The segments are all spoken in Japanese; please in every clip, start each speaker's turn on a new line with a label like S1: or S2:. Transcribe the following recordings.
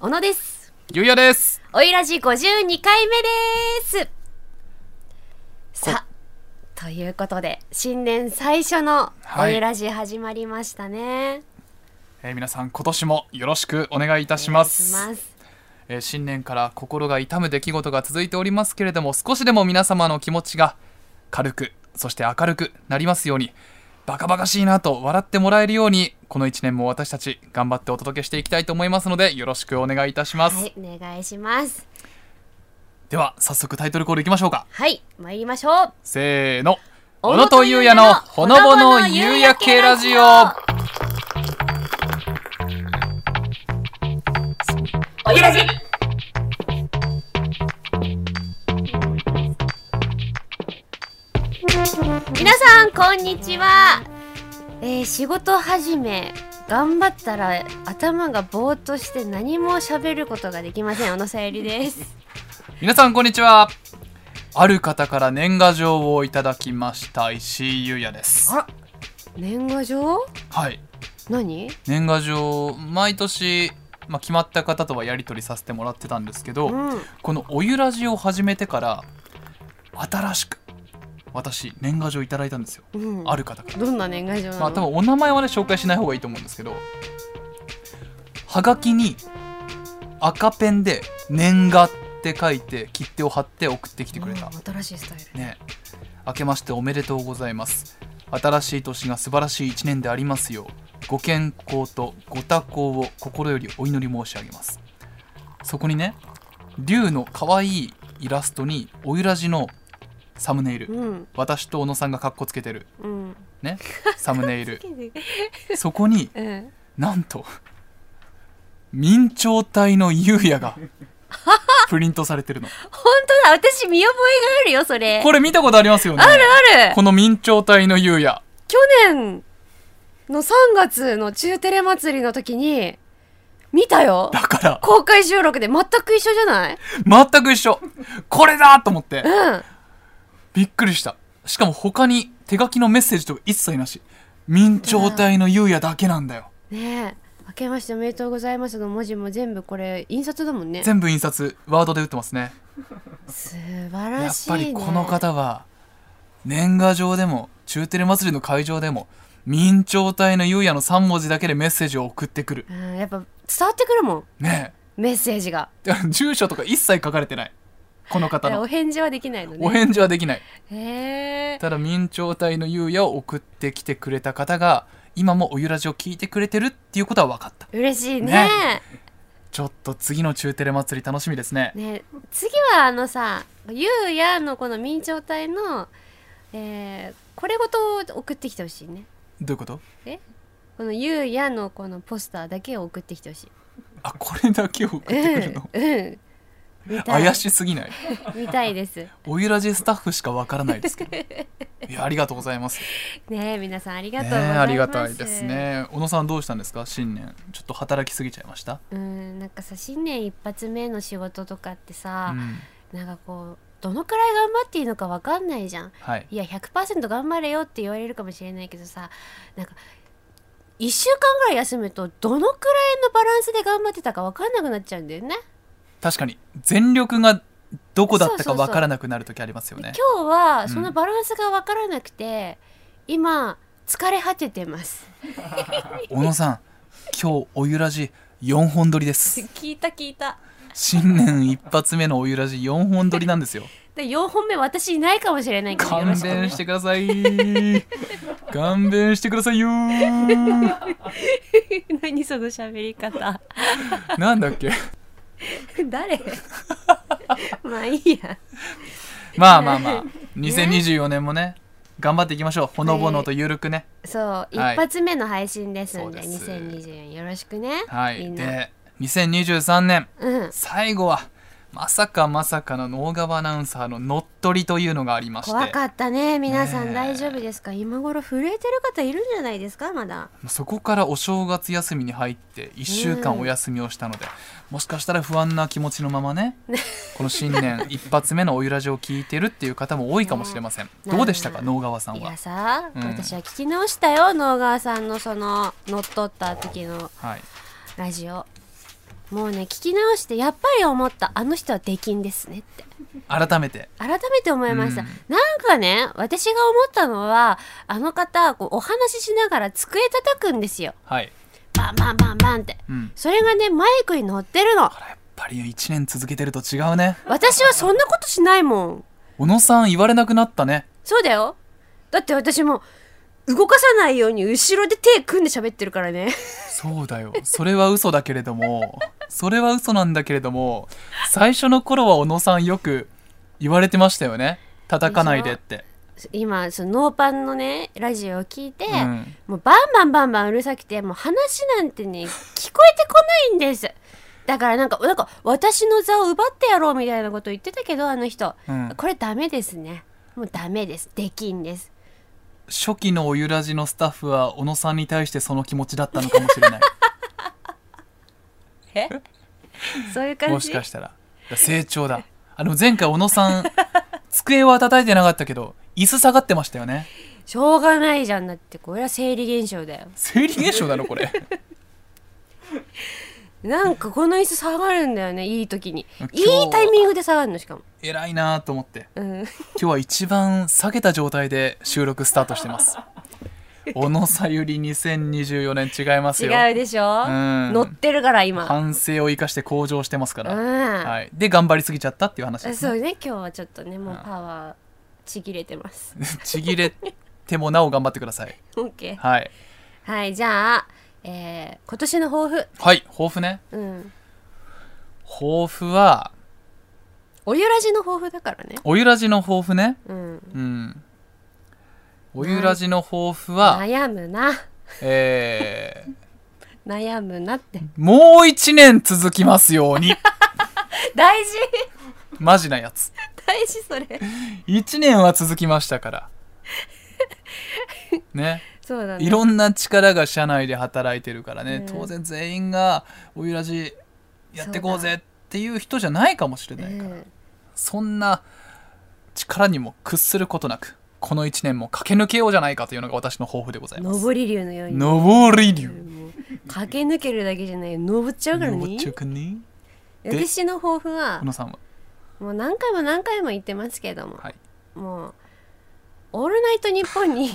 S1: 小野です。
S2: ゆうやです。
S1: おいらじ52回目です。さあ、ということで、新年最初のお
S2: はい
S1: いらじ始まりましたね。
S2: えー皆さん今年もよろしくお願いいたします。
S1: お願いします
S2: えー新年から心が痛む出来事が続いておりますけれども、少しでも皆様の気持ちが軽く、そして明るくなりますように、バカバカしいなと笑ってもらえるように、この一年も私たち頑張ってお届けしていきたいと思いますので、よろしくお願いいたします。
S1: はい、お願いします。
S2: では早速タイトルコールいきましょうか。
S1: はい、参りましょう。
S2: せーの。
S1: 小
S2: 小
S1: 野
S2: 野
S1: と
S2: と
S1: ゆ
S2: ゆ
S1: う
S2: う
S1: や
S2: や
S1: の
S2: の
S1: ほ
S2: ほ
S1: の
S2: の
S1: ぼ
S2: ぼ
S1: の
S2: の
S1: 夕
S2: 夕
S1: 焼
S2: 焼
S1: け
S2: け
S1: ラ
S2: ラ
S1: ジ
S2: ジ
S1: オ
S2: オ。
S1: おいらじ。皆さんこんにちは、えー仕事始め頑張ったら頭がぼーっとして何も喋ることができません小野さゆりです
S2: 皆さんこんにちは。ある方から年賀状をいただきました石井優也です。
S1: ら年賀状
S2: はい。
S1: 何
S2: 年賀状毎年まあ決まった方とはやり取りさせてもらってたんですけど、
S1: うん
S2: このおゆらじを始めてから新しく私年賀状いただいたんですよ。
S1: うん
S2: ある方から。
S1: どんな年賀状なの、
S2: まあ多分お名前はね紹介しない方がいいと思うんですけど、はがきに赤ペンで年賀って書いて切手を貼って送ってきてくれた。
S1: うん新しいスタイル
S2: ねえ明けましておめでとうございます新しい年が素晴らしい一年でありますようご健康とご多幸を心よりお祈り申し上げますそこにね龍の可愛いイラストにおゆらじのサムネイル
S1: うん
S2: 私と小野さんがカッコつけてる
S1: うん
S2: ねサムネイルそこに
S1: うん
S2: なんと明朝体の優 也がプリントされてるの
S1: 本当だ私見覚えがあるよそれ
S2: これ見たことありますよね
S1: あるある
S2: この明朝体の優也
S1: 去年の3月の中テレ祭りの時に見たよ
S2: だから
S1: 公開収録で全く一緒じゃない
S2: 全く一緒これだと思って
S1: うん
S2: びっくりしたしかも他に手書きのメッセージとか一切なし明朝体の優也だけなんだよ
S1: ねえ明けましておめでとうございますの文字も全部これ印刷だもんね
S2: 全部印刷ワードで打ってますね
S1: 素晴
S2: や
S1: ら
S2: っ
S1: しい
S2: ぱ
S1: ね
S2: りこの方は年賀状でも中テレ祭りの会場でも明朝体の優也の3文字だけでメッセージを送ってくる
S1: うんやっぱ伝わってくるもん
S2: ね
S1: メッセージが
S2: えだ から住所とか一切書かれてないこの方
S1: お
S2: の
S1: 返事はできないのね
S2: お返事はできない
S1: へえ
S2: ただ明朝体の優也を送ってきてくれた方が今もおゆらじを聞いてくれてるっていうことは分かった
S1: 嬉しいね
S2: ねちょっと次の中テレ祭り楽しみですね
S1: ね次はあのさゆうやのこの明朝体の、えーこれごと送ってきてほしいね
S2: どういうこと
S1: このゆうやのこのポスターだけを送ってきてほしい
S2: あこれだけを送ってくるの、
S1: うんうん見たい
S2: 怪しすぎない
S1: 見たいです
S2: おゆらじスタッフしか分からないですけどいやありがとうございます
S1: ね皆さんありがとう
S2: ね
S1: ございます、
S2: ありがたいですね小野さんどうしたんですか新年ちょっと働きすぎちゃいました
S1: うんなんかさ新年一発目の仕事とかって
S2: う
S1: さ、
S2: ん
S1: なんかこうどのくらい頑張っていいのかわかんないじゃん
S2: はい
S1: いや100%頑張れよって言われるかもしれないけどさなんか1週間ぐらい休むとどのくらいのバランスで頑張ってたか分かんなくなっちゃうんだよね。
S2: 確かに全力がどこだったか分からなくなる時ありますよ
S1: で
S2: ね
S1: 今日は
S2: ん
S1: そのバランスが分からなくて、今疲れ果ててます。
S2: 小野さん今日おゆらじ4本撮りです
S1: 聞いた聞いた。
S2: 新年一発目のおゆらじ4本撮りなんですよ
S1: で4本目私いないかもしれないけどよろし
S2: 勘
S1: く
S2: 弁
S1: ね
S2: してください勘弁してくださいよー
S1: 何その喋り方
S2: なんだっけ
S1: 誰 まあいいや。
S2: まあまあまあ2024年もね頑張っていきましょうほのぼのとゆるくね
S1: そう、
S2: はい
S1: 一発目の配信ですんで
S2: そうです
S1: 2024よろしくね。
S2: は
S1: み
S2: い
S1: んな
S2: で2023年
S1: うん
S2: 最後はまさかまさかの能川アナウンサーの乗っ取りというのがありまし
S1: 怖
S2: て
S1: かったね皆さ
S2: ね
S1: ん
S2: え
S1: 大丈夫ですか今頃震えてる方いるんじゃないですかまだ
S2: そこからお正月休みに入って1週間お休みをしたので、もしかしたら不安な気持ちのまま ねこの新年一発目のおゆらじを聞いてるっていう方も多いかもしれません、
S1: え
S2: どうでしたか能川さん
S1: い
S2: は
S1: や、さ、
S2: うん
S1: 私は聞き直したよ能川さんのその乗っ取った時の
S2: はい、
S1: ラジオもうね聞き直してやっぱり思ったあの人は出禁ですねって
S2: 改めて
S1: 改めて思いました、
S2: うん
S1: なんかね私が思ったのはあの方こうお話ししながら机叩くんですよ
S2: はい、
S1: バンバンバンバンって
S2: うん、
S1: それがねマイクに乗ってるの
S2: あらやっぱり1年続けてると違うね
S1: 私はそんなことしないもん
S2: 小野さん言われなくなったね
S1: そうだよだって私も動かさないように後ろで手組んで喋ってるからね
S2: そうだよそれは嘘だけれどもそれは嘘なんだけれども最初の頃は小野さんよく言われてましたよね叩かないでって、
S1: 今そのノーパンのねラジオを聞いて、
S2: うん、
S1: もうバンバンバンバンうるさくてもう話なんてね聞こえてこないんですだからなんかなんか私の座を奪ってやろうみたいなこと言ってたけどあの人、
S2: うん
S1: これダメですねもうダメですできんです
S2: 初期のおゆらじのスタッフは小野さんに対してその気持ちだったのかもしれない
S1: え そういう感じ
S2: もしかしたらだから成長だあの前回小野さん机は叩いてなかったけど椅子下がってましたよね
S1: しょうがないじゃんだってこれは生理現象だよ
S2: 生理現象なのこれ
S1: なんかこの椅子下がるんだよねいい時に
S2: 今
S1: い
S2: 日
S1: いタイミングで下がるのしかも、
S2: 偉いなと思って
S1: うん、
S2: 今日は一番下げた状態で収録スタートしてます小野さゆり2024年違いますよ
S1: 違うでしょ、
S2: ん
S1: 乗ってるから今、
S2: 反省を生かして向上してますか
S1: う
S2: ら、
S1: ん
S2: はい、で頑張りすぎちゃったっていう話です、
S1: そ
S2: ね、
S1: うね今日はちょっとねもうパワーちぎれてます。
S2: ちぎれてもなお頑張ってください
S1: OK
S2: はい
S1: はいじゃあ、えー今年の抱負
S2: はい抱負ね
S1: うん
S2: 抱負は
S1: おゆらじの抱負だからね
S2: おゆらじの抱負ね
S1: うん
S2: うんおゆらじの抱負は、
S1: 悩むな
S2: えー、
S1: 悩むなって
S2: もう一年続きますよう に
S1: 大事
S2: マジなやつ
S1: 大事それ
S2: 1年は続きました からね
S1: そうだね
S2: いろんな力が社内で働いてるからね、
S1: うん
S2: 当然全員が「おゆらじやってこうぜ」っていう人じゃないかもしれないから、
S1: うん
S2: そんな力にも屈することなくこの1年も駆け抜けようじゃないかというのが私の抱負でございます
S1: 上り竜のように
S2: 上り
S1: う
S2: 流
S1: んもう駆け抜けるだけじゃない登っちゃうから
S2: 上
S1: ね
S2: っちゃうかねで
S1: 私の抱負は
S2: 小野さんは
S1: もう何回も何回も言ってますけども、
S2: はい
S1: もう「オールナイトニッポン」に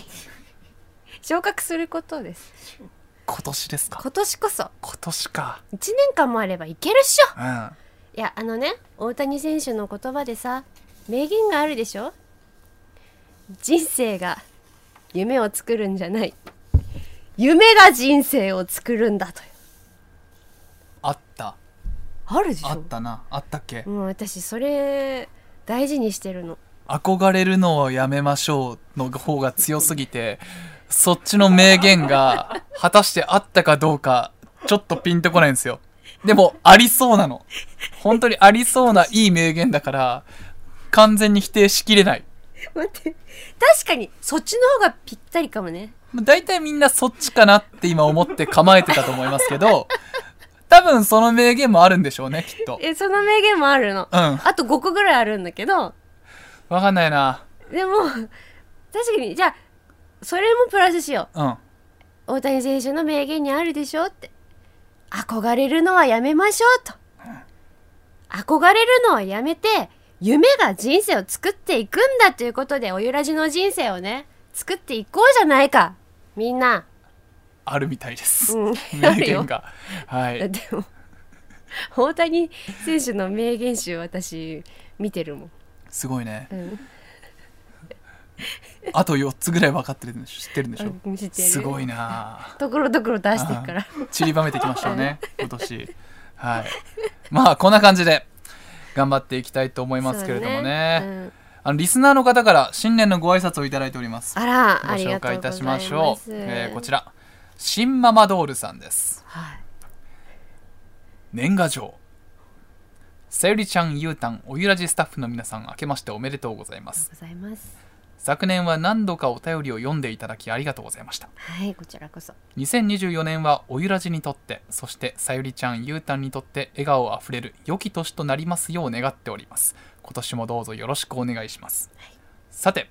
S1: 昇格することです
S2: 今年ですか
S1: 今年こそ
S2: 今年か
S1: 1年間もあればいけるっしょ
S2: うん
S1: いやあのね大谷選手の言葉でさ名言があるでしょ人生が夢を作るんじゃない夢が人生を作るんだと
S2: あった
S1: あるでし
S2: あっ
S1: ょ
S2: たなあったっけ
S1: もう私それ大事にしてるの
S2: 憧れるのをやめましょうの方が強すぎてそっちの名言が果たしてあったかどうかちょっとピンとこないんですよでもありそうなの本当にありそうないい名言だから完全に否定しきれない
S1: 待って確かにそっちの方がぴったりかもね
S2: 大体みんなそっちかなって今思って構えてたと思いますけど多分その名言もあるんでしょうねきっと
S1: えその名言もあるの
S2: うんわ
S1: あと5個ぐらいあるんだけど
S2: かんないな
S1: でも確かにじゃあそれもプラスしよ
S2: うん
S1: う大谷選手の名言にあるでしょって憧れるのはやめましょうと憧れるのはやめて夢が人生を作っていくんだということでおゆらじの人生をね作っていこうじゃないかみんな
S2: あるみたいです、
S1: うん
S2: 名言がはい
S1: でも大谷選手の名言集私見てるもん、
S2: すごいね
S1: うん
S2: あと4つぐらい分かってるんでしょ知ってるんでしょ
S1: うん、知ってる
S2: すごいな
S1: ところどころ出していくから
S2: あ散りばめてきました よね今年はいまあこんな感じで頑張っていきたいと思いますけれどもね
S1: そううん
S2: あのリスナーの方から新年のご挨拶をいただいております
S1: あら
S2: ご
S1: あり
S2: 紹
S1: がとう
S2: 介い
S1: ござ
S2: た
S1: い
S2: し
S1: ま
S2: ますしょう、えーこちら新ママドールさんです
S1: はい
S2: 年賀状さゆりちゃんゆうたんおゆらじスタッフの皆さん明けましておめでとうございま
S1: ありが
S2: す
S1: とうございます
S2: 昨年は何度かお便りを読んでいただきありがとうございました
S1: はいこちらこそ
S2: 2024年はおゆらじにとってそしてさゆりちゃんゆうたんにとって笑顔あふれる良き年となりますよう願っております今年もどうぞよろしくお願いします、さて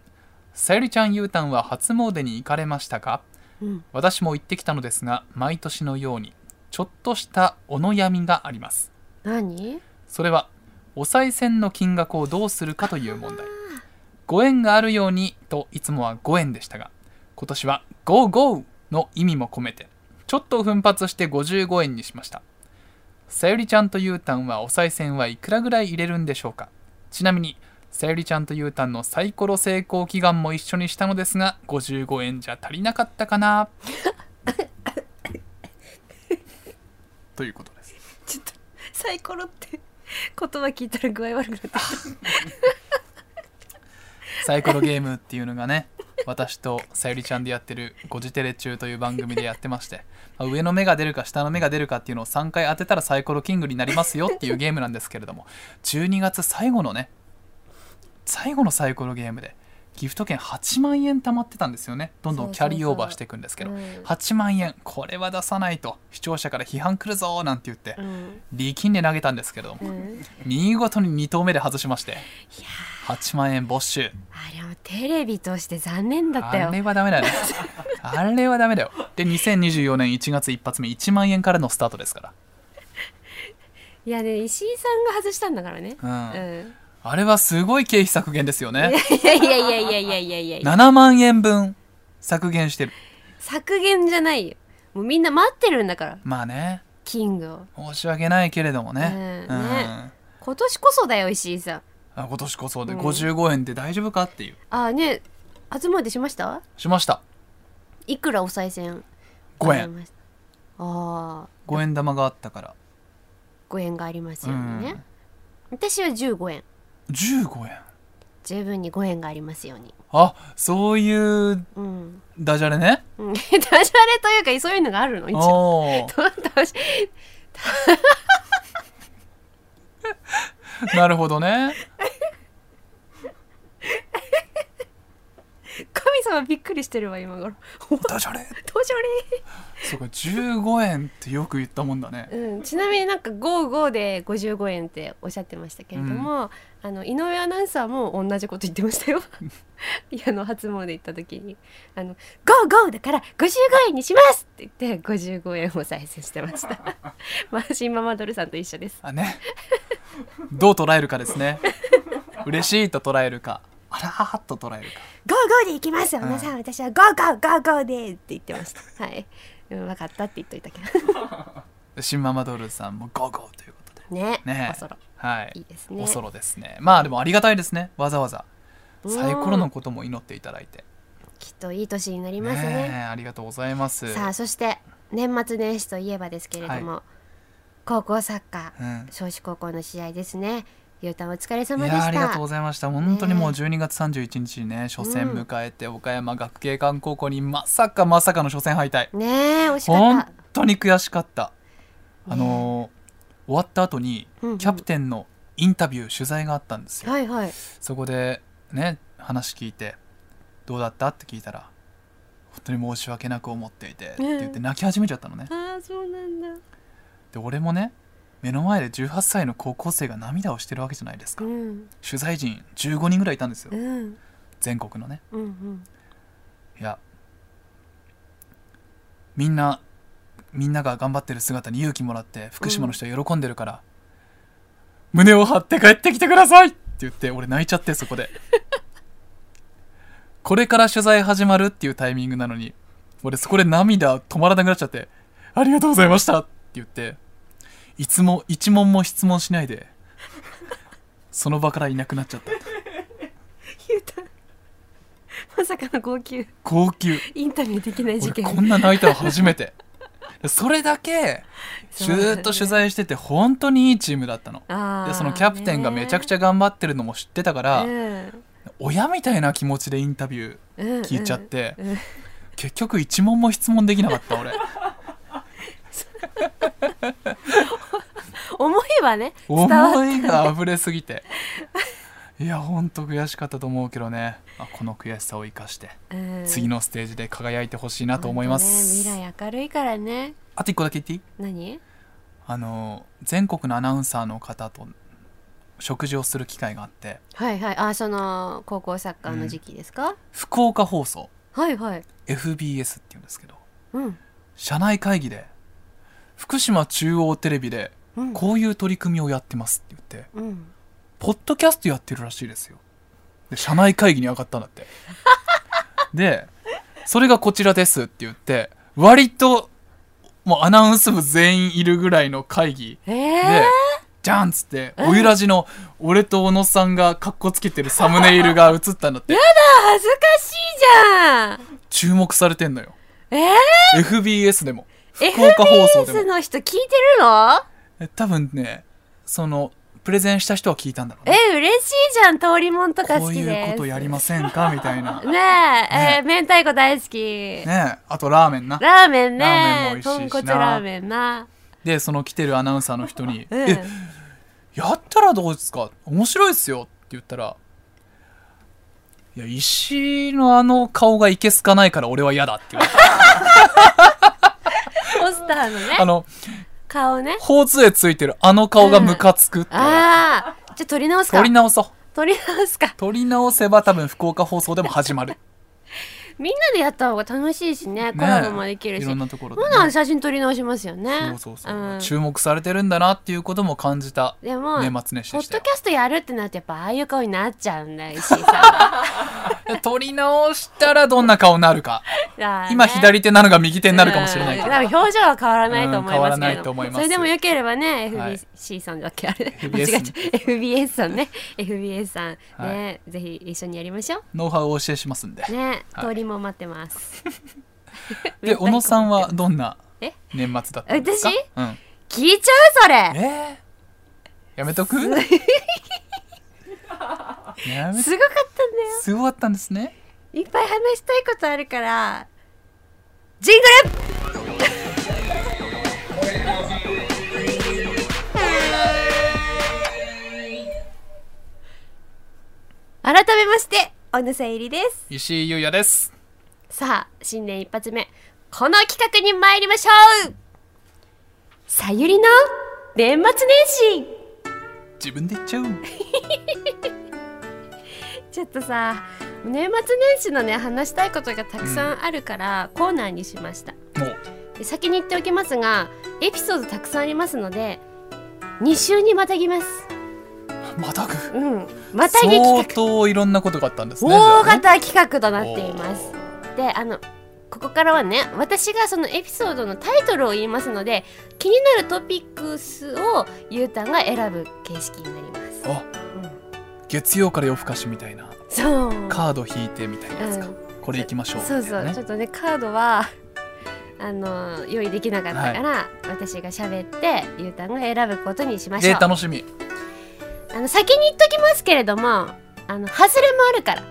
S2: さゆりちゃんゆうたんは初詣に行かれましたか
S1: うん
S2: 私も行ってきたのですが毎年のようにちょっとしたお悩みがあります
S1: 何
S2: それはお賽銭の金額をどうするかという問題ご縁があるようにといつもはご縁でしたが今年は「ゴーゴー」の意味も込めてちょっと奮発して55円にしましたさゆりちゃんとゆうたんはお賽銭はいくらぐらい入れるんでしょうかちなみにさゆりちゃんとゆうたんのサイコロ成功祈願も一緒にしたのですが55円じゃ足りなかったかなということです
S1: ちょっとサイコロって言葉聞いたら具合悪くなって
S2: サイコロゲームっていうのがね私とさゆりちゃんでやってる「ゴジテレ中」という番組でやってまして、まあ上の目が出るか下の目が出るかっていうのを3回当てたらサイコロキングになりますよっていうゲームなんですけれども12月最後のね最後のサイコロゲームでギフト券8万円貯まってたんですよねどんどんキャリーオーバーしていくんですけど
S1: そうそうそううん
S2: 8万円これは出さないと視聴者から批判来るぞーなんて言って
S1: うん
S2: 力んで投げたんですけれども
S1: うん
S2: 見事に2投目で外しまして8万円没収
S1: あれはテレビとして残念だった
S2: あ
S1: よ
S2: れはダメ だねあれはダメだよで2024年1月一発目1万円からのスタートですか
S1: いやね石井さんが外したんだからね、
S2: ら、うん
S1: うん、
S2: あれはすごい経費削減ですよね
S1: いやいやいやいやいやいやいや
S2: 7万円分削減してる
S1: 削減じゃないよもうみんな待ってるんだから
S2: まあね
S1: キングを
S2: 申し訳ないけれどもね,、
S1: う
S2: うんん
S1: ね今年こそだよ石井さん
S2: あ今年こそで
S1: うん
S2: 55円で大丈夫かっていう
S1: ああね初詣しました
S2: しました
S1: いくらお賽銭
S2: 5
S1: あり
S2: 円
S1: ましたああ
S2: 5円玉があったから
S1: 5円がありますようにね、私は15円
S2: 15円
S1: 十分に5円がありますように
S2: あそういう
S1: うん、
S2: ダジャレね
S1: うん、 ダジャレというかそういうのがあるの一応
S2: お ー
S1: どうどうし
S2: なるほどね
S1: 神様びっくりしてるわ今頃お
S2: ダジャレ
S1: ダジ
S2: そうか15円ってよく言ったもんだね
S1: ャレ、うん、ちなみになんか55で55円っておっしゃってましたけれども、あの井上アナウンサーも同じこと言ってましたよ いやあの初詣行った時に「あのゴーゴーだから55円にします!」って言って55円を再生してました マーシンママドルさんと一緒です
S2: あねどう捉えるかですね嬉しいと捉えるかあらーっと捉えるか
S1: ゴーゴーで行きますよ、皆さん。私はゴーゴーゴーゴーでーって言ってました。はい。うん、分かったって言っといたけど。
S2: 新ママドールさんもゴーゴーということで
S1: ね。
S2: ね
S1: おそろ。
S2: はい
S1: いいですね
S2: おそろですねまあでもありがたいですねわざわざ
S1: うん
S2: サイコロのことも祈っていただいて
S1: きっといい年になり
S2: い
S1: ますね。
S2: ありがとうございます
S1: さあ、そして、年末年始といえばですけれども、高校サッカ
S2: う
S1: ー、
S2: ん
S1: 少子高校の試合ですね。ゆうたんお疲れ様
S2: い
S1: で
S2: やー
S1: し
S2: ありがとう
S1: た
S2: ご。ざいました本当にもう12月31日にね初戦迎えて岡山学芸館高校にまさかまさかの初戦敗退
S1: ねえ、惜しかっ
S2: 本当に悔しかった、あのー終わった後にキ
S1: うんうん
S2: ャプテンのインタビュー取材があったんです
S1: た。
S2: よ、
S1: はいはい。
S2: そこでね話聞いて「どうだった?」って聞いたら「本当に申し訳なく思っていて」って言って泣き始めちゃったのね
S1: ああ、そうなんだ。
S2: で俺もね目の前で18歳の高校生が涙をしてるわけじゃないです
S1: う
S2: か
S1: ん。
S2: 取材陣15人ぐらいいたんですよ
S1: うん。
S2: 全国のね
S1: うんうん。
S2: いやみんなみんなが頑張ってる姿に勇気もらって福島の人は喜んでるから、胸を張って帰ってきてくださいって言って俺泣いちゃってそこで これから取材始まるっていうタイミングなのに俺そこで涙止まらなくなっちゃって「ありがとうございました」って言っていつも一問も質問しないでその場からいなくなっちゃった
S1: ゆうたん、まさかの号泣。
S2: 号泣
S1: インタビューできない事
S2: 俺
S1: 件。
S2: こんな泣いたの初めてそれだ けずーっと取材してて本当にいいチームだったの
S1: で
S2: でそのキャプテンがめちゃくちゃ頑張ってるのも知ってたから、親みたいな気持ちでインタビュー聞いちゃって、
S1: うんうん
S2: 結局一問も質問できなかった俺
S1: 思いはね 伝わ
S2: 思
S1: っ
S2: いが溢れすぎていやほんと悔しかったと思うけどね、まあこの悔しさを生かして
S1: うん
S2: 次のステージで輝いてほしいなと思いま
S1: 本
S2: す、
S1: 当ね未来明るいからね
S2: あと一個だけ言っていい
S1: 何
S2: あの全国のアナウンサーの方と食事をする機会があって
S1: はいはいあその高校サッカーの時期ですか、
S2: 福岡放送
S1: はいはい
S2: FBS っていうんですけど
S1: うん
S2: 社内会議で福島中央テレビで
S1: うん
S2: こういう取り組みをやってますって言って
S1: うん
S2: ポッドキャストやってるらしいですよで社内会議に上がったんだって でそれがこちらですって言って割ともうアナウンス部全員いるぐらいの会議
S1: え
S2: で
S1: え
S2: じゃんっつっておゆらじの俺と小野さんがかっこつけてるサムネイルが映ったんだって
S1: 恥ずかしいじゃん
S2: 注目されてんのよ
S1: ええ
S2: FBS でも福
S1: f
S2: 岡放送
S1: b
S2: で
S1: s
S2: も
S1: の人聞いてるの
S2: え多分ねそのプレゼンした人は聞いたんだろうね
S1: え嬉しいじゃん通りもんとか
S2: こ
S1: 好
S2: う
S1: きです
S2: いうことやりませんかみたい な
S1: ねええー明太子大好き、
S2: ねあとラーメンな
S1: ラーメン
S2: ラーメンも美
S1: ね
S2: 味しいし
S1: 豚
S2: な
S1: 骨ラーメンな
S2: でその来てるアナウンサーの人に「
S1: うん
S2: えやったらどうですか面白いっすよ」って言ったら「いや石のあの顔がいけすかないから俺は嫌だ」 って言われた
S1: ポスターのね
S2: あの
S1: 顔ね
S2: 頬杖ついてるあの顔がムカつくって、
S1: ああじゃあ撮り直すか
S2: 撮り直そう
S1: 撮り直すか
S2: 撮り直せば多分福岡放送でも始 まる
S1: みんなでやった方が楽しいしねコラボもできる
S2: い
S1: し、
S2: ろんなところで
S1: ほ
S2: ね、
S1: な写真撮り直しますよね
S2: そうそうそう、
S1: ん
S2: 注目されてるんだなっていうことも感じた
S1: でも
S2: 年末年始
S1: ポ
S2: で
S1: ッ
S2: した
S1: ド
S2: よ
S1: キャストやるってなってやっぱああいう顔になっちゃうんだよ 石井さ
S2: 撮り直したらどんな顔になるか
S1: んは
S2: 今
S1: ね
S2: 左手なのが右手になるかもしれないけ
S1: うん
S2: ど
S1: 多分表情は変わらないと思いますけれども、
S2: うん変わらないと思います
S1: それでもよければね、
S2: はい
S1: FBC さんだっけあれ間
S2: FBS
S1: 違えちゃう FBS さん ね FBS さんね、
S2: は
S1: ぜひ一緒にやりましょ
S2: ノウハウをお教えしますんで
S1: うね、
S2: はい
S1: 通りも待ってます
S2: で小野さんはどんな
S1: え
S2: 年末だったんですか
S1: 私
S2: うん、
S1: 聞いちゃうそれ
S2: えー、やめとく や
S1: すごか
S2: め
S1: ったんだよ
S2: すごかったんですね
S1: いっぱい話したいことあるからジングル改めまして小野さゆりです
S2: 石井優也です
S1: さあ新年一発目この企画に参りましょうさゆりの年末年始
S2: 自分で言っちゃう
S1: ちょっとさ年末年始のね話したいことがたくさんあるから、コーナーにしました
S2: もう
S1: で先に言っておきますがエピソードたくさんありますので2週にまたぎます
S2: またぐ
S1: うんまたぎ
S2: 相
S1: 企
S2: 当いろんなことがあったんです
S1: 画
S2: ねじゃあ
S1: 大
S2: ね
S1: 型企画となっていますであのここからはね私がそのエピソードのタイトルを言いますので気になるトピックスをゆうたんが選ぶ形式になります
S2: あ月曜から夜更かしみたいな
S1: そう
S2: カード引いてみたいなやつか、
S1: うん
S2: これいきましょう
S1: そうそう、
S2: みたい
S1: ち
S2: な
S1: ょ
S2: ね
S1: っとねカードはあの用意できなかったから、私が喋ってゆうたんが選ぶことにしまし
S2: え
S1: ょう
S2: ー、楽しみ
S1: あの先に言っときますけれどもあの外れもあるから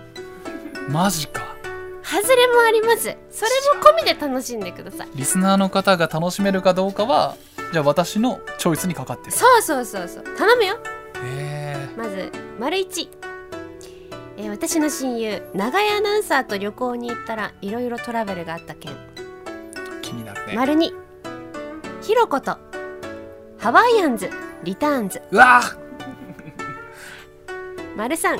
S2: マジか
S1: 外れもありますそれも込みで楽しんでください
S2: リスナーの方が楽しめるかどうかはじゃあ私のチョイスにかかってる
S1: そうそうそうそう頼むよ
S2: え
S1: まず丸一えー私の親友長屋アナウンサーと旅行に行ったらいろいろトラベルがあった件
S2: ー、気になるね、
S1: 丸二ひろことハワイアンズリターンズ
S2: うわー
S1: 丸三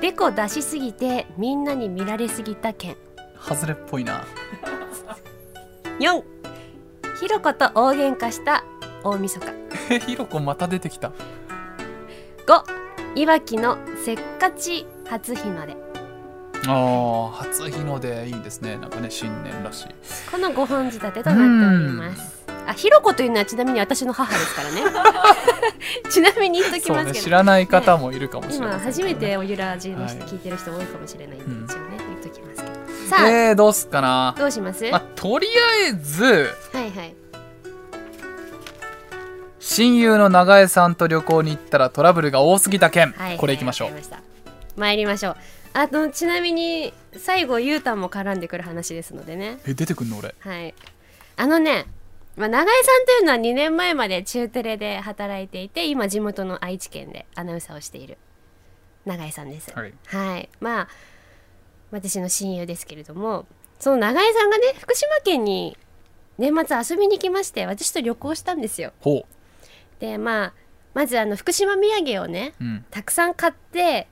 S1: デコ出しすぎてみんなに見られすぎた件
S2: 外れっぽいな
S1: 4ひろこと大喧嘩した大晦日
S2: えひろこまた出てきた
S1: 5いわきのせっかち初日の出
S2: ああ初日の出いいですねなんかね新年らしい
S1: この5本仕立てとなっておりますあひろこというのはちなみに私の母ですからね ちなみに言っとき
S2: そう
S1: ます
S2: ね
S1: け
S2: 知
S1: ど、
S2: らない方もいるかもしれ
S1: 今
S2: ない、
S1: 初めておゆらじの人
S2: はい
S1: 聞いてる人多いかもしれないんで
S2: うん
S1: 一応ね言っときますけどさあ、
S2: えー、どうすっかな、
S1: どうします、
S2: まあ、とりあえず
S1: はいはい
S2: 親友の長江さんと旅行に行ったらトラブルが多すぎた件、
S1: はい、
S2: これいきましょう、
S1: わかりした参りましょうあとちなみに最後ゆうたんも絡んでくる話ですのでね
S2: え出てくんの俺
S1: はいあのね、まあ、長江さんというのは2年前まで中テレで働いていて今地元の愛知県でアナウンサーをしている長江さんです
S2: はい
S1: まあ私の親友ですけれどもその長江さんがね福島県に年末遊びに来まして私と旅行したんですよ
S2: ほ
S1: でまあまずあの福島土産をね
S2: ううん
S1: たくさん買って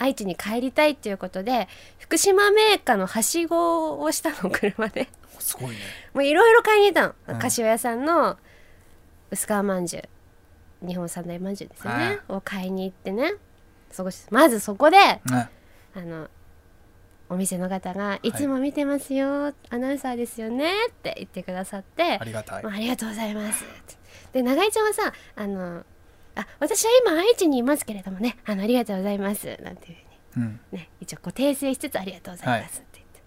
S1: 愛知に帰りたいということで福島メーカーのはしごをしたの車です
S2: ごいね
S1: もういろいろ買いに行ったの、
S2: うん
S1: 柏屋さんの薄皮まんじゅう日本三大まんじゅうですよね
S2: は、
S1: を買いに行ってねそこまずそこであ
S2: ね
S1: のお店の方が「いつも見てますよ、アナウンサーですよね」って言ってくださって
S2: ありがたい
S1: まあ、ありがとうございます。で長井ちゃんはさあのあ私は今愛知にいますけれどもねあのありがとうございますなんていう
S2: うん
S1: ふうにね一応こう訂正しつつありがとうございますって言って、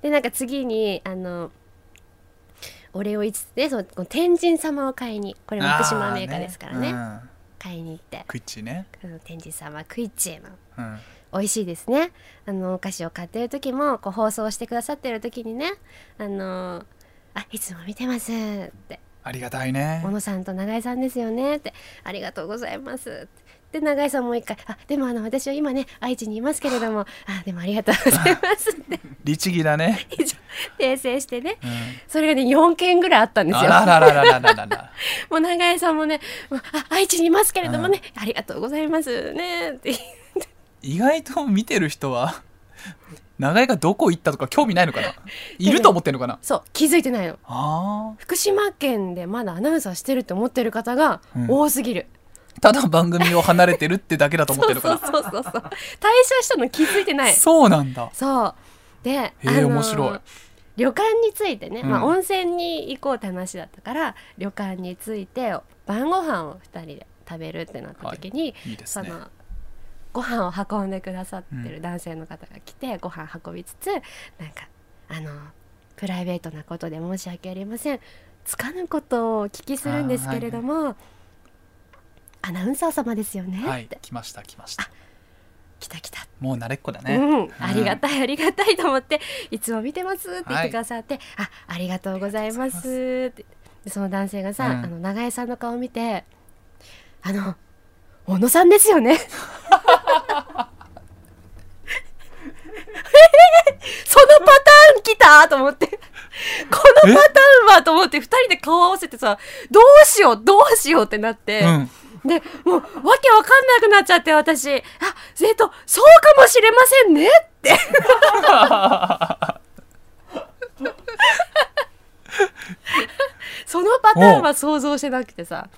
S1: でなんか次にあのお礼を言いつつねそのこの天神様を買いにこれ
S2: あ
S1: 福島メーカーですからね
S2: うん
S1: 買いに行って
S2: クイッチね
S1: あの天神様クイッチェの
S2: うん
S1: 美味しいですねあのお菓子を買ってる時もこう放送してくださってる時にねあのあいつも見てますって
S2: ありがたいね
S1: 小野さんと永井さんですよねってありがとうございますってで永井さんもう一回あでもあの私は今ね愛知にいますけれどもあでもありがとうございますって
S2: 律儀 だね
S1: 一応訂正してね
S2: うん
S1: それがね4件ぐらいあったんです
S2: あ
S1: よ
S2: らららららららら
S1: もう永井さんもねもうあ愛知にいますけれどもね、ありがとうございますねって
S2: 意外と見てる人は 長井がどこ行ったとか興味ないのかないると思ってんのかな
S1: そう気づいてないの
S2: あ
S1: 福島県でまだアナウンサーしてるって思ってる方が
S2: うん
S1: 多すぎる、
S2: ーただ番組を離れてるってだけだと思っ
S1: そ
S2: て
S1: う
S2: る
S1: そ
S2: のか
S1: う
S2: な
S1: そうそうそう退社したの気づいてない
S2: そうなんだ
S1: そうで、
S2: えー面白い
S1: 旅館についてね、
S2: うん
S1: まあ、温泉に行こうって話だったから旅館について晩ご飯を2人で食べるってなった時に、
S2: いいです
S1: そ
S2: ね
S1: のご飯を運んでくださってる男性の方が来て、ご飯運びつつなんかあのプライベートなことで申し訳ありませんつかぬことをお聞きするんですけれども、アナウンサー様ですよね、
S2: はい
S1: って
S2: 来ました来ました
S1: 来た来た
S2: もう慣れっこだね、
S1: うん、ありがたいありがたいと思っていつも見てますって言っ
S2: は
S1: て
S2: い
S1: くださって、あありがとうございますってでその男性がさ、
S2: うん
S1: あの長江さんの顔を見てあの小野さんですよね えーそのパターン来たと思ってこのパターンはと思って2人で顔合わせてさどうしようどうしようってなって、
S2: うん
S1: で、もう、わけわかんなくなっちゃって、私。あ、えっと、そうかもしれませんねって。そのパターンは想像してなくてさ。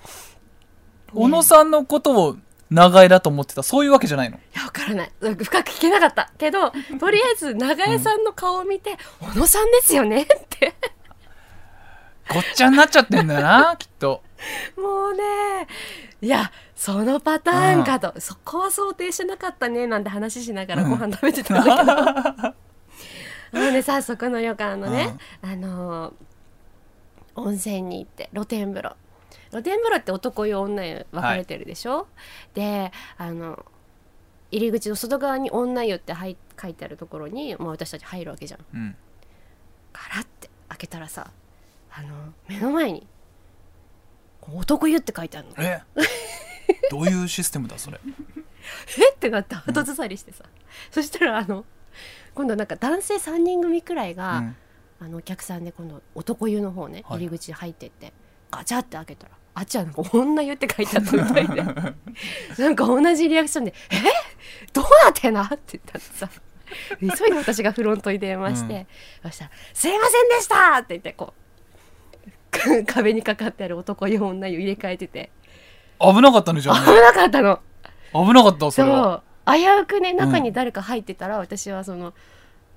S2: 小野さんのことを長江だと思ってたそういうわけじゃないの
S1: いや、わからない。深く聞けなかった。けど、とりあえず、長江さんの顔を見て、小野さんですよねって。
S2: ごっちゃになっちゃってんだ よなきっと
S1: もうね、いや、そのパターンかと、そこは想定してなかったね、なんて話しながらご飯食べてたんだけど。もうね早速の旅館のね、あのー温泉に行って露天風呂露天風呂って男湯女湯分かれてるでしょ、であの入り口の外側に女湯って入書いてあるところに、まあ、私たち入るわけじゃん
S2: うん
S1: ガラって開けたらさあの目の前に「男湯」って書いてあるの
S2: えどういうシステムだそれ
S1: えってなって後ずさりしてさ、そしたらあの今度なんか男性3人組くらいが、
S2: うん
S1: あのお客さんで今度男湯の方ね
S2: はい
S1: 入り口入ってって、ガチャって開けたらあっちはなんか女湯って書いてあったみたいで なんか同じリアクションで「えどうなってんの?」って言ったらさ 急いで私がフロントに電話して、そしたら「すいませんでした!」って言ってこう壁にかかってある男湯女湯入れ替えてて
S2: 危なかったねじゃあ
S1: 危
S2: ね
S1: なかったの。
S2: 危なかったそ
S1: そ
S2: れは
S1: う危うくね中に誰か入ってたら、私はその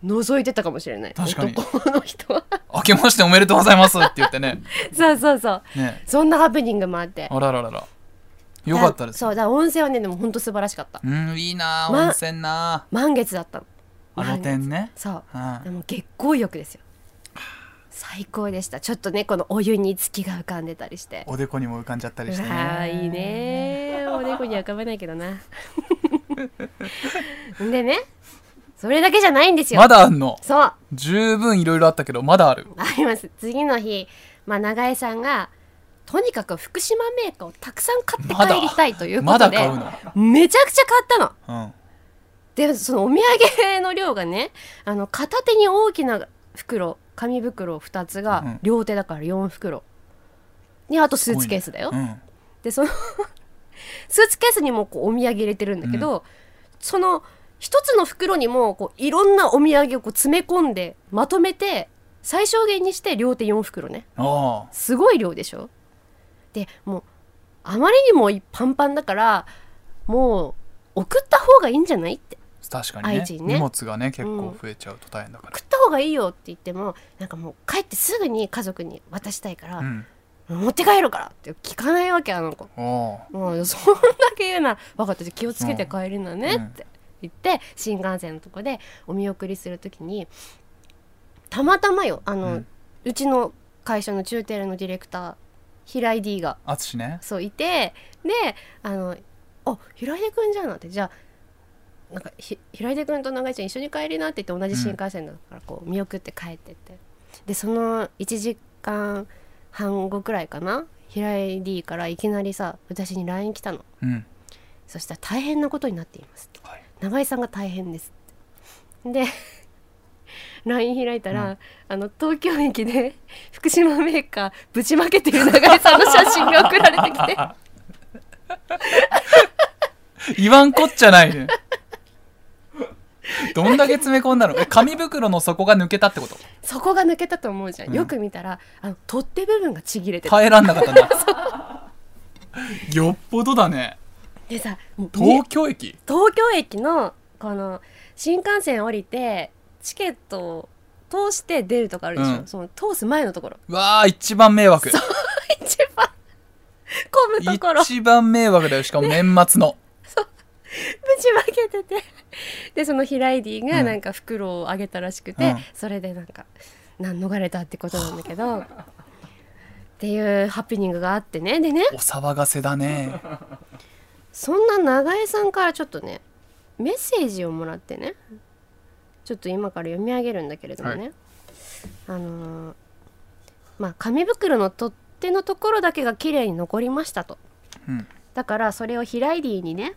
S1: 覗いてたかもしれない
S2: 確かに
S1: 男の人は
S2: 明けましておめでとうございますって言ってね
S1: そうそうそう
S2: ね
S1: そんなハプニングもあって
S2: あららららよかったです
S1: そうだから温泉はねでも本当素晴らしかった
S2: うんいいなあ
S1: ま
S2: 温泉な
S1: 満月だったの
S2: ああ露天ね
S1: そう
S2: うん
S1: でも月光浴ですよ最高でしたちょっとねこのお湯に月が浮かんでたりして
S2: おでこにも浮かんじゃったりして
S1: うわあいいねおでこには浮かばないけど なでねそれだけじゃないんですよ、
S2: まだあんの
S1: そう
S2: 十分いろいろあったけどまだある
S1: あります次の日、まあ、長江さんがとにかく福島メーカーをたくさん買って
S2: まだ
S1: 帰りたいというこ
S2: ま
S1: と
S2: だ
S1: で、
S2: 買うの
S1: めちゃくちゃ買ったの
S2: うん
S1: でそのお土産の量がねあの片手に大きな袋紙袋2つ
S2: う
S1: が
S2: ん
S1: 両手だから4袋にあとスーツケースだよ、
S2: うん
S1: でその スーツケースにもこうお土産入れてるんだけど、その一つの袋にもこういろんなお土産をこう詰め込んでまとめて最小限にして両手4袋ね
S2: ああ
S1: すごい量でしょでもうあまりにもパンパンだからもう送った方がいいんじゃないって
S2: 確かにね
S1: 愛知にね
S2: 荷物がね結構増えちゃうと大変だから
S1: 送った方がいいよって言ってもなんかもう帰ってすぐに家族に渡したいから、
S2: うん
S1: 持って帰るからって聞かないわけあの子
S2: おー
S1: もうそんだけ言うな分かったじゃあ気をつけて帰りなねって言って新幹線のとこでお見送りする時にたまたまよあの、
S2: う
S1: うんちの会社の中テレのディレクター平井 D が
S2: 淳ね
S1: そういてであの「あ平出くんじゃん」なんてじゃあなんかひ平出くんと長井ちゃん一緒に帰りなって言って同じ新幹線だからこう見送って帰ってって、でその1時間半後くらいかな平井 D からいきなりさ私に LINE 来たの
S2: うん
S1: そしたら大変なことになっています
S2: はい
S1: 長井さんが大変ですってで LINE 開いたら、あの東京駅で福島メーカーぶちまけてる長井さんの写真が送られてきて
S2: 言わんこっちゃないね どんだけ詰め込んだのえ紙袋の底が抜けたってこと
S1: そこが抜けたと思うじゃん、
S2: うん
S1: よく見たらあの取っ手部分がちぎれてた
S2: 耐えらんなかったな よっぽどだね
S1: でさもう
S2: 東京駅
S1: 東京駅のこの新幹線降りてチケットを通して出るとかあるでしょ、
S2: うん
S1: その通す前のところ
S2: うわあ一番迷惑
S1: 一番混むところ ぶち
S2: 一番迷惑だよしかも年末の
S1: まけててでそのヒライディが
S2: うん
S1: なんか袋をあげたらしくて、
S2: うん
S1: それでなんかなん逃れたってことなんだけ どっていうハプニングがあってねでね
S2: お騒がせだね
S1: そんな長江さんからちょっとねメッセージをもらってねちょっと今から読み上げるんだけれどもね、
S2: は
S1: あのーまあ紙袋の取っ手のところだけが綺麗に残りましたと
S2: うん
S1: だからそれをヒライディにね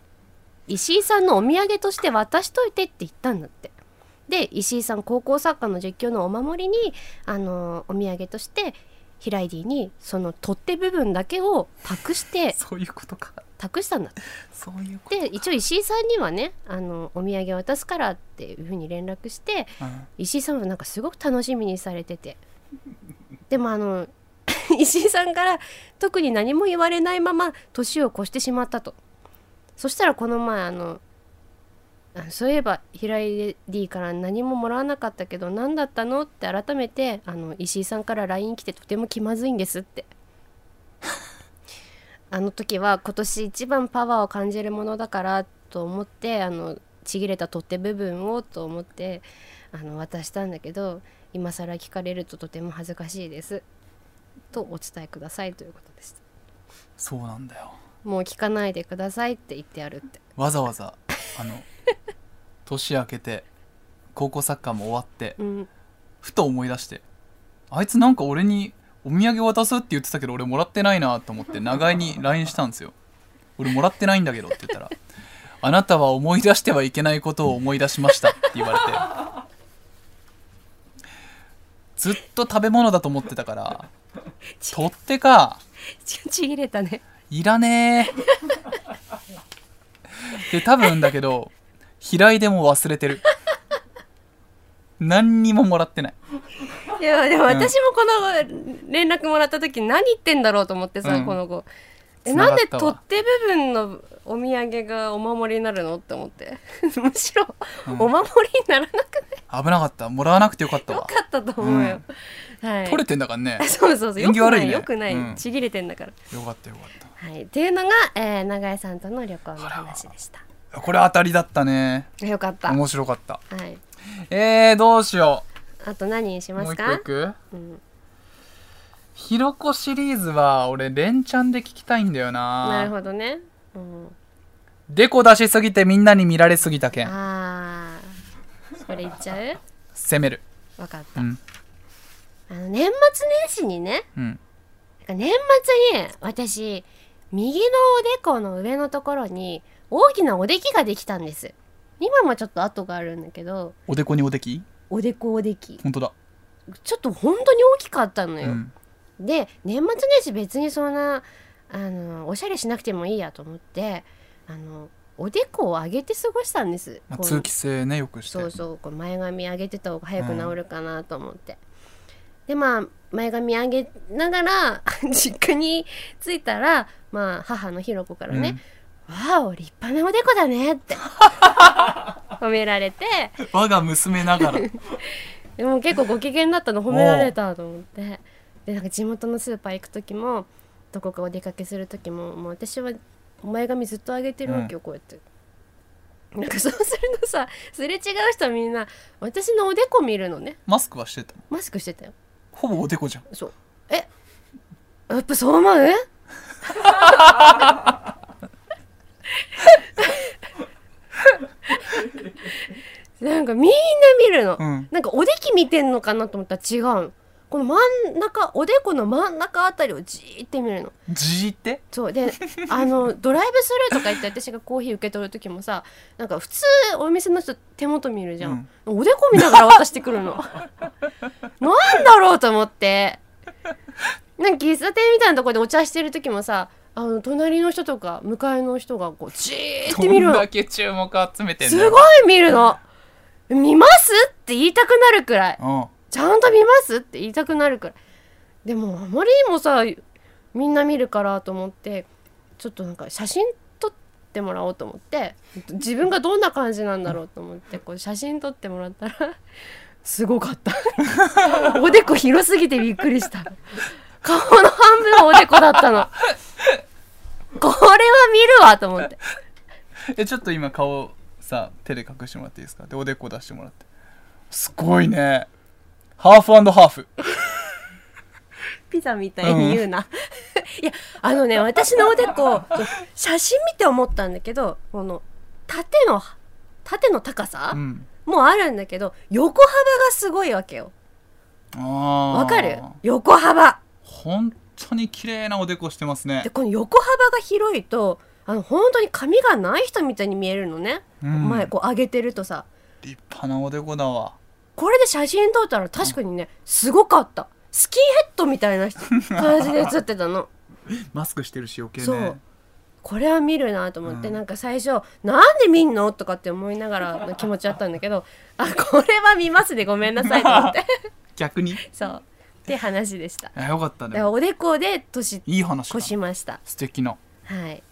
S1: 石井さんのお土産として渡しといてって言ったんだってで石井さん高校サッカーの実況のお守りにあのーお土産としてヒライディにその取っ手部分だけを託して
S2: そういうことか
S1: 託したんだって
S2: そういうこ
S1: で一応石井さんにはねあのお土産渡すからっていうふうに連絡して
S2: と、うん
S1: 石井さんはなんかすごく楽しみにされててでもあの 石井さんから特に何も言われないまま年を越してしまったとそしたらこの前あのあそういえば平井 D から何ももらわなかったけど何だったのって改めてあの石井さんから LINE 来てとても気まずいんですって あの時は今年一番パワーを感じるものだからと思ってあのちぎれた取っ手部分をと思ってあの渡したんだけど今更聞かれるととても恥ずかしいですとお伝えくださいということでした
S2: そうなんだよ
S1: もう聞かないでくださいって言ってやるって
S2: わざわざあの 年明けて高校サッカーも終わって
S1: うん
S2: ふと思い出してあいつなんか俺にお土産渡すって言ってたけど俺もらってないなと思って長井に LINE したんですよ俺もらってないんだけどって言ったら「あなたは思い出してはいけないことを思い出しました」って言われてずっと食べ物だと思ってたから取っ手か
S1: ちちぎれたね
S2: いらねえ。で、多分だけど、平井でも忘れてる。何にももらってない。
S1: いやでも私もこの連絡もらった時何言ってんだろうと思ってさ、
S2: うん
S1: この子え
S2: 繋
S1: な
S2: が
S1: ん
S2: っ
S1: で
S2: たわ
S1: 取っ手部分のお土産がお守りになるのって思って むしろ
S2: うん
S1: お守りにならなくて
S2: 危なかった。もらわなくてよかった
S1: よ
S2: わ。
S1: かったと思うよ、はい。
S2: 取れてんだからね
S1: そうそうそうよ
S2: 縁起
S1: くな
S2: 悪い
S1: い
S2: ね
S1: よくない、
S2: うん
S1: ちぎれてんだから
S2: よかったよかっ
S1: はい、っていうのが、えー、永井さんとの旅行の話でした。
S2: た。これ当たりだったね。
S1: よかった。は
S2: 面白かった。
S1: い。
S2: えー、どうしよ
S1: あと何にし
S2: う。
S1: ま
S2: も
S1: す
S2: う一個
S1: か
S2: い？く
S1: うん、
S2: ひろこシリーズは俺連チャンで聞きたいんだよな
S1: なるほどね。うん、
S2: デコ出しすぎてみんなに見られすぎたけん
S1: ああ、それ言っちゃ う？
S2: 攻める
S1: わかった。
S2: う
S1: あ
S2: ん
S1: の年末年始にね、
S2: うん
S1: なんか年末に私右のおでこの上のところに大きなおできができたんです。今もちょっと跡があるんだけど、
S2: おでこにおでき
S1: おでこおでき、
S2: 本当だ
S1: ちょっと本当に大きかったの
S2: う
S1: よ。
S2: ん
S1: で年末年始別にそんなあのおしゃれしなくてもいいやと思ってあのおでこを上げて過ごしたんです、
S2: まあ
S1: こう
S2: 通気性ねよくして
S1: そうそうこう前髪上げてた方が早く治るかなと思って、でまあ前髪上げながら 実家に着いたらまあ母のひろ子からね、わお立派なおでこだねって 褒められて
S2: うん我が娘ながら
S1: でも結構ご機嫌だったの褒められたと思ってでなんか地元のスーパー行く時もどこかお出かけする時ももう私は前髪ずっと上げてるわけよ、こうやって。なんかそうするとさすれ違う人はみんな私のおでこ見るのね
S2: マスクはしてた
S1: マスクしてたよ
S2: ほぼおでこじゃん
S1: そうえやっぱそう思う なんかみんな見るの、
S2: うん
S1: なんかおでき見てんのかなと思ったら違うのこの真ん中おでこの真ん中あたりをじーって見るの
S2: じーって
S1: そう であのドライブスルーとか行って私がコーヒー受け取る時もさなんか普通お店の人手元見るじゃん、おでこ見ながら渡してくる のなんだろうと思ってなんか喫茶店みたいなところでお茶してる時もさあの隣の人とか向かいの人がこうじーって見る
S2: どん
S1: の
S2: だけ注目集めてん
S1: す
S2: だよ
S1: ごい見るの見ますって言いたくなるくらい
S2: うん
S1: ちゃんと見ますって言いたくなるくらいでもあまりにもさみんな見るからと思ってちょっとなんか写真撮ってもらおうと思って自分がどんな感じなんだろうと思ってこう写真撮ってもらったらすごかったおでこ広すぎてびっくりした顔の半分はおでこだったのこれは見るわと思って
S2: えちょっと今顔さ手で隠してもらっていいですかでおでこ出してもらってすごいねハーフハーフ
S1: ピザみたいに言うな、 いやあのね私のおでこ写真見て思ったんだけどこの縦の縦の高さ、
S2: うん
S1: もうあるんだけど横幅がすごいわけよ
S2: ああ
S1: わかる横幅
S2: 本当に綺麗なおでこしてますね
S1: でこの横幅が広いとあの本当に髪がない人みたいに見えるのね、
S2: うん
S1: 前こう上げてるとさ
S2: 立派なおでこだわ
S1: これで写真撮ったら確かにねすごかったスキンヘッドみたいな 人感じで写ってたの
S2: マスクしてるし余計ね
S1: そうこれは見るなと思って、
S2: うん
S1: なんか最初「なんで見んの?」とかって思いながらの気持ちだったんだけど「あこれは見ますでごめんなさい」と 思って
S2: 逆に
S1: そうって話でした
S2: あよかった
S1: だ
S2: ね
S1: からおでこで年
S2: いい話だ
S1: 越しました
S2: 素敵な
S1: はい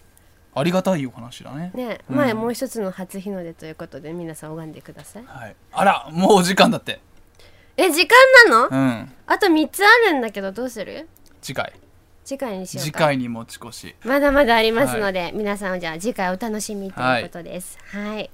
S2: ありがたいお話だね
S1: ね、
S2: うん
S1: 前もう一つの初日の出ということで皆さん拝んでください
S2: はい、あらもうお時間だって
S1: え時間なの、
S2: うん
S1: あと3つあるんだけどどうする
S2: 次回
S1: 次回にしよう
S2: 次
S1: か
S2: 回に持ち 越し
S1: まだまだありますので、皆さんはじゃあ次回お楽しみということです。はい。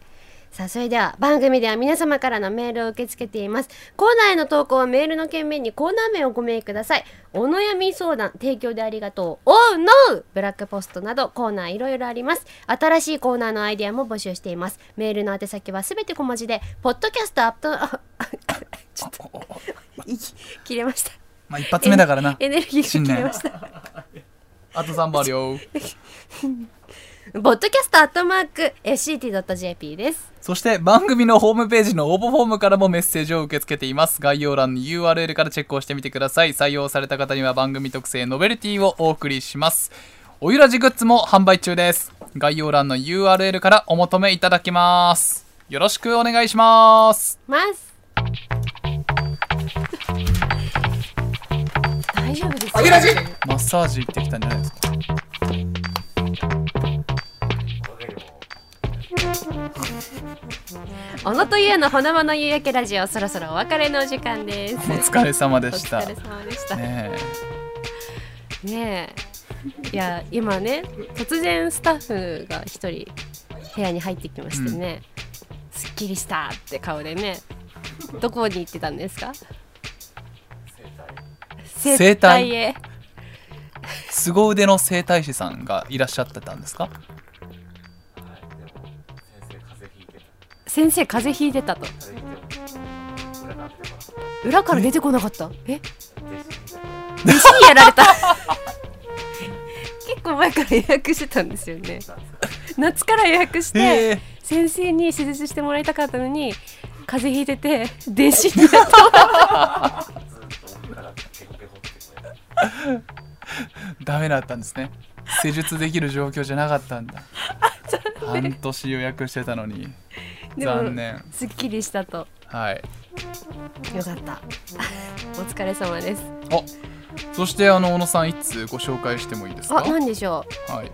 S1: さあそれでは番組では皆様からのメールを受け付けていますコーナーへの投稿はメールの件名にコーナー名をご明記くださいお悩み相談提供でありがとう Oh no ブラックポストなどコーナーいろいろあります新しいコーナーのアイデアも募集していますメールの宛先はすべて小文字でポッドキャストア ップああ
S2: あおおお
S1: 切れました
S2: まあ一発目だからな
S1: エネルギー
S2: 新
S1: が切
S2: 年
S1: れました
S2: あと3本あるよ
S1: ポッドキャストアットマーク FCT.jp です
S2: そして番組のホームページの応募フォームからもメッセージを受け付けています。概要欄の URL からチェックをしてみてください。採用された方には番組特製ノベルティをお送りします。おゆらじグッズも販売中です。概要欄の URL からお求めいただけます。よろしくお願いします。
S1: ます。大丈夫です。
S2: ゆらじマッサージ行ってきたんじゃないですか。
S1: 小野とゆうのほのぼの夕焼けラジオ、そろそろお別れのお時間です。
S2: お疲れ様
S1: お
S2: でした。
S1: 疲れ
S2: ね
S1: 様でした。ね
S2: え
S1: え。いや、今ね、突然スタッフが一人部屋に入ってきましてね。すっきりしたって顔でね。どこに行ってたんですか。
S2: 体
S1: 整体へ。
S2: 凄腕の整体師さんがいらっしゃってたんですか
S1: 先生風邪ひいてたと。裏から出てこなかった。え。弟子にやられた。 結構前から予約してたんですよ ね。夏から予約して、
S2: え
S1: 先生に施術してもらいたかったのに。風邪ひいてて、弟子になった。
S2: ダメだったんですね施術できる状況じゃなかったんだ半年予約してたのに
S1: でも
S2: 残念
S1: すっきりしたと。
S2: はい
S1: よかった お疲れ様です
S2: そしてあの小野さん一通ご紹介してもいいですか
S1: あ何でしょ
S2: はい、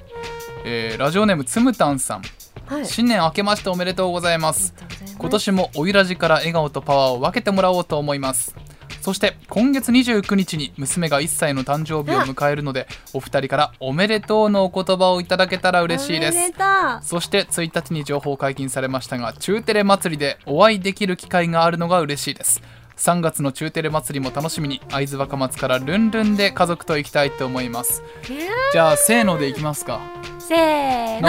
S2: えーラジオネームつむたんさん、
S1: うはい
S2: 新年明けましておめでとうございます
S1: ありがとうございます
S2: 今年もおいらじから笑顔とパワーを分けてもらおうと思いますそして今月29日に娘が1歳の誕生日を迎えるのでお二人からおめでとうのお言葉をいただけたら嬉しいで
S1: おめ
S2: す
S1: でとう
S2: そして1日に情報解禁されましたが中テレ祭りでお会いできる機会があるのが嬉しいです3月の中テレ祭りも楽しみに会津若松からルンルンで家族と行きたいと思います
S1: ね
S2: じゃあせーので行きますか
S1: せーの
S2: の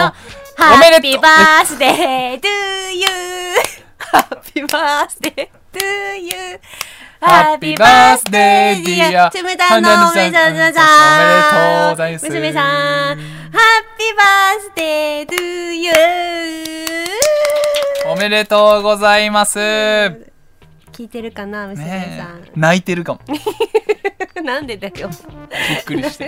S1: ハッ
S2: おめ
S1: ピ
S2: で
S1: ー
S2: とう
S1: バースデートゥーユーハッピーバースデートゥーユー
S2: ハッピーバースデーディア
S1: つむたんのおめでとうございます
S2: おめでとうございます
S1: 娘さんハッピーバースデートゥーユー
S2: おめでとうございますね
S1: 聞いてるかな娘
S2: え
S1: さん、
S2: 泣いてるかもび
S1: なんでだよ
S2: っくりして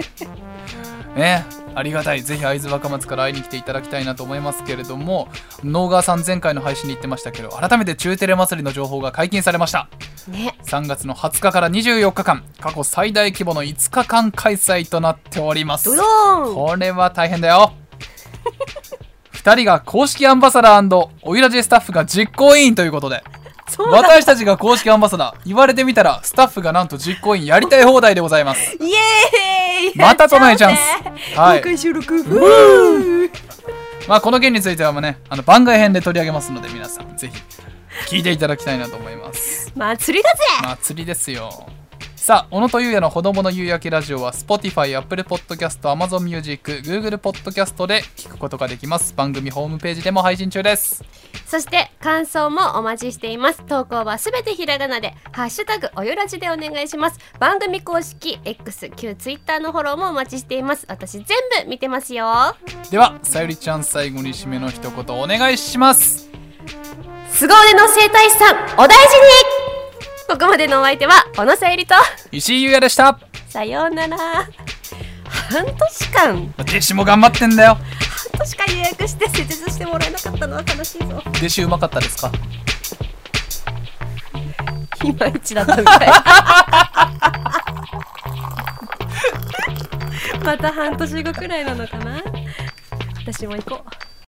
S2: ねえありがたいぜひ会津若松から会いに来ていただきたいなと思いますけれども能川さん前回の配信に言ってましたけど改めて中テレ祭りの情報が解禁されました
S1: ね
S2: 3月の20日から24日間過去最大規模の5日間開催となっております
S1: ドローン
S2: これは大変だよ 2人が公式アンバサダーおいらじスタッフが実行委員ということで
S1: そうだ
S2: 私たちが公式アンバサダー言われてみたらスタッフがなんと実行委員やりたい放題でござ います
S1: イエーイ
S2: また唱えチャンス
S1: やっちゃおうね
S2: はい
S1: 公開収録ふう
S2: まあこの件についてはねあの番外編で取り上げますので皆さんぜひ聞いていただきたいなと思います
S1: 祭りだぜ
S2: 祭りですよさあ小野とゆうやの子供の夕焼けラジオは Spotify、Apple Podcast、Amazon Music、Google Podcast で聞くことができます番組ホームページでも配信中です
S1: そして感想もお待ちしています投稿はすべてひらがなでハッシュタグおよらじでお願いします番組公式 X 旧 Twitter のフォローもお待ちしています私全部見てますよ
S2: ではさゆりちゃん最後に締めの一言お願いします
S1: 凄腕の整体師さんお大事にここまでのお相手は小野さゆりと
S2: 石井ゆうやでした
S1: さようなら半年間
S2: 弟子も頑張ってんだよ
S1: 半年間予約して施術してもらえなかったのは悲しいぞ
S2: 弟子うまかったですか
S1: いまいちだったみ たいまた半年後くらいなのかな私も行こう